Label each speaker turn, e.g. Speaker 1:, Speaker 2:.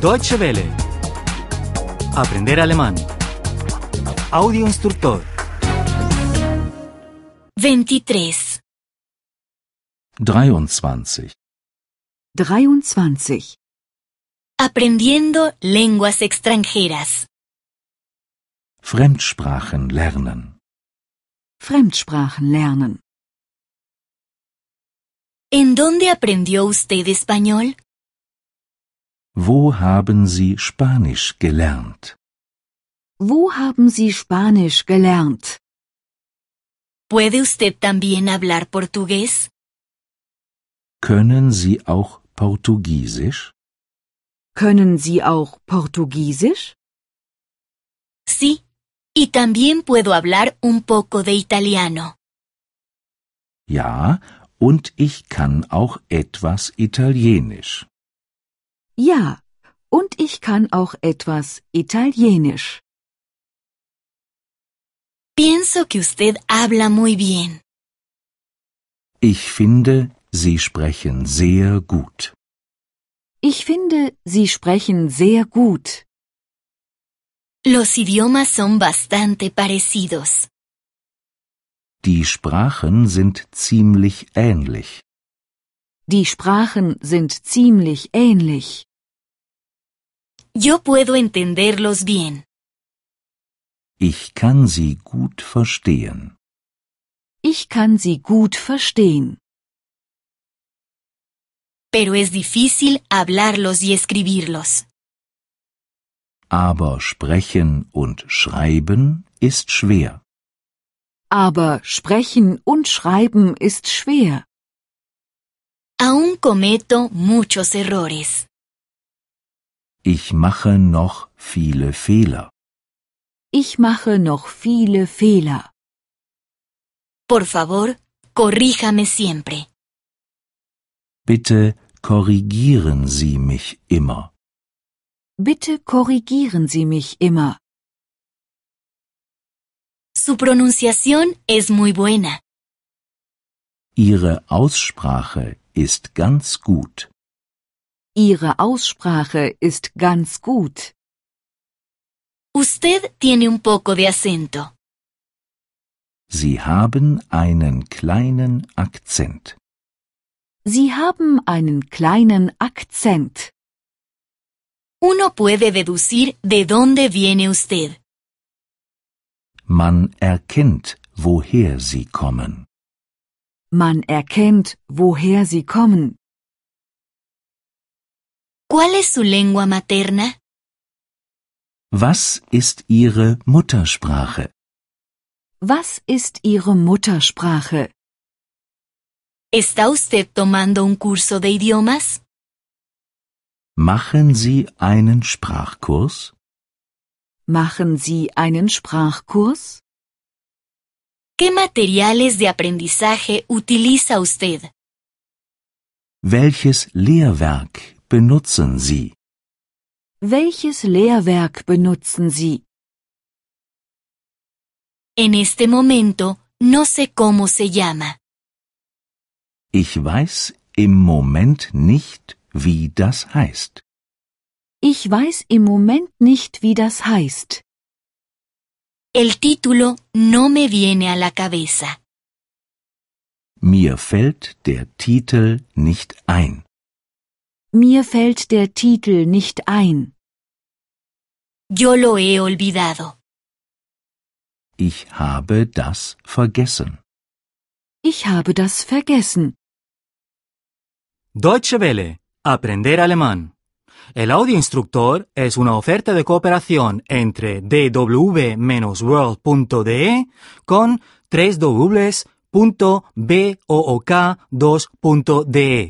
Speaker 1: Deutsche Welle. Aprender alemán. Audio instructor.
Speaker 2: 23.
Speaker 3: 23.
Speaker 4: 23.
Speaker 2: Aprendiendo lenguas extranjeras.
Speaker 3: Fremdsprachen lernen.
Speaker 4: Fremdsprachen lernen.
Speaker 2: ¿En dónde aprendió usted español?
Speaker 3: Wo haben Sie Spanisch gelernt?
Speaker 4: Wo haben Sie Spanisch gelernt?
Speaker 2: ¿Puede usted también hablar portugués?
Speaker 3: Können Sie auch Portugiesisch?
Speaker 4: Können Sie auch Portugiesisch?
Speaker 2: Sí. Y también puedo hablar un poco de italiano.
Speaker 3: Ja, und ich kann auch etwas Italienisch.
Speaker 4: Ja. Und ich kann auch etwas Italienisch.
Speaker 2: Pienso que usted habla muy bien.
Speaker 3: Ich finde, Sie sprechen sehr gut.
Speaker 4: Ich finde, Sie sprechen sehr gut.
Speaker 2: Los idiomas son bastante parecidos.
Speaker 3: Die Sprachen sind ziemlich ähnlich.
Speaker 4: Die Sprachen sind ziemlich ähnlich.
Speaker 2: Yo puedo entenderlos bien.
Speaker 3: Ich kann sie gut verstehen.
Speaker 4: Ich kann sie gut verstehen.
Speaker 2: pero es difícil hablarlos y escribirlos.
Speaker 3: Aber sprechen und schreiben ist schwer.
Speaker 4: Aber sprechen und schreiben ist schwer.
Speaker 2: Aún cometo muchos errores.
Speaker 3: Ich mache noch viele Fehler.
Speaker 4: Ich mache noch viele Fehler.
Speaker 2: Por favor, corríjame siempre.
Speaker 3: Bitte korrigieren Sie mich immer.
Speaker 4: Bitte korrigieren Sie mich immer.
Speaker 2: Su pronunciación es muy buena.
Speaker 3: Ihre Aussprache ist ganz gut.
Speaker 4: Ihre Aussprache ist ganz gut.
Speaker 2: Usted tiene un poco de acento.
Speaker 3: Sie haben einen kleinen Akzent.
Speaker 4: Sie haben einen kleinen Akzent.
Speaker 2: Uno puede deducir de dónde viene usted.
Speaker 3: Man erkennt, woher Sie kommen.
Speaker 4: Man erkennt, woher sie kommen.
Speaker 2: ¿Cuál es su lengua materna?
Speaker 3: Was ist Ihre Muttersprache?
Speaker 4: Was ist ihre Muttersprache?
Speaker 2: ¿Está usted tomando un curso de idiomas?
Speaker 3: Machen Sie einen Sprachkurs?
Speaker 4: Machen Sie einen Sprachkurs?
Speaker 2: ¿Qué materiales de aprendizaje utiliza usted?
Speaker 3: Welches Lehrwerk benutzen Sie?
Speaker 4: Welches Lehrwerk benutzen Sie?
Speaker 2: En este momento, no sé cómo se llama.
Speaker 3: Ich weiß im Moment nicht, wie das heißt.
Speaker 4: Ich weiß im Moment nicht, wie das heißt.
Speaker 2: El título no me viene a la cabeza.
Speaker 3: Mir fällt der Titel nicht ein.
Speaker 4: Mir fällt der Titel nicht ein.
Speaker 2: Yo lo he olvidado.
Speaker 3: Ich habe das vergessen.
Speaker 4: Ich habe das vergessen.
Speaker 1: Deutsche Welle. Aprender alemán. El audio instructor es una oferta de cooperación entre dw-world.de con 3 2de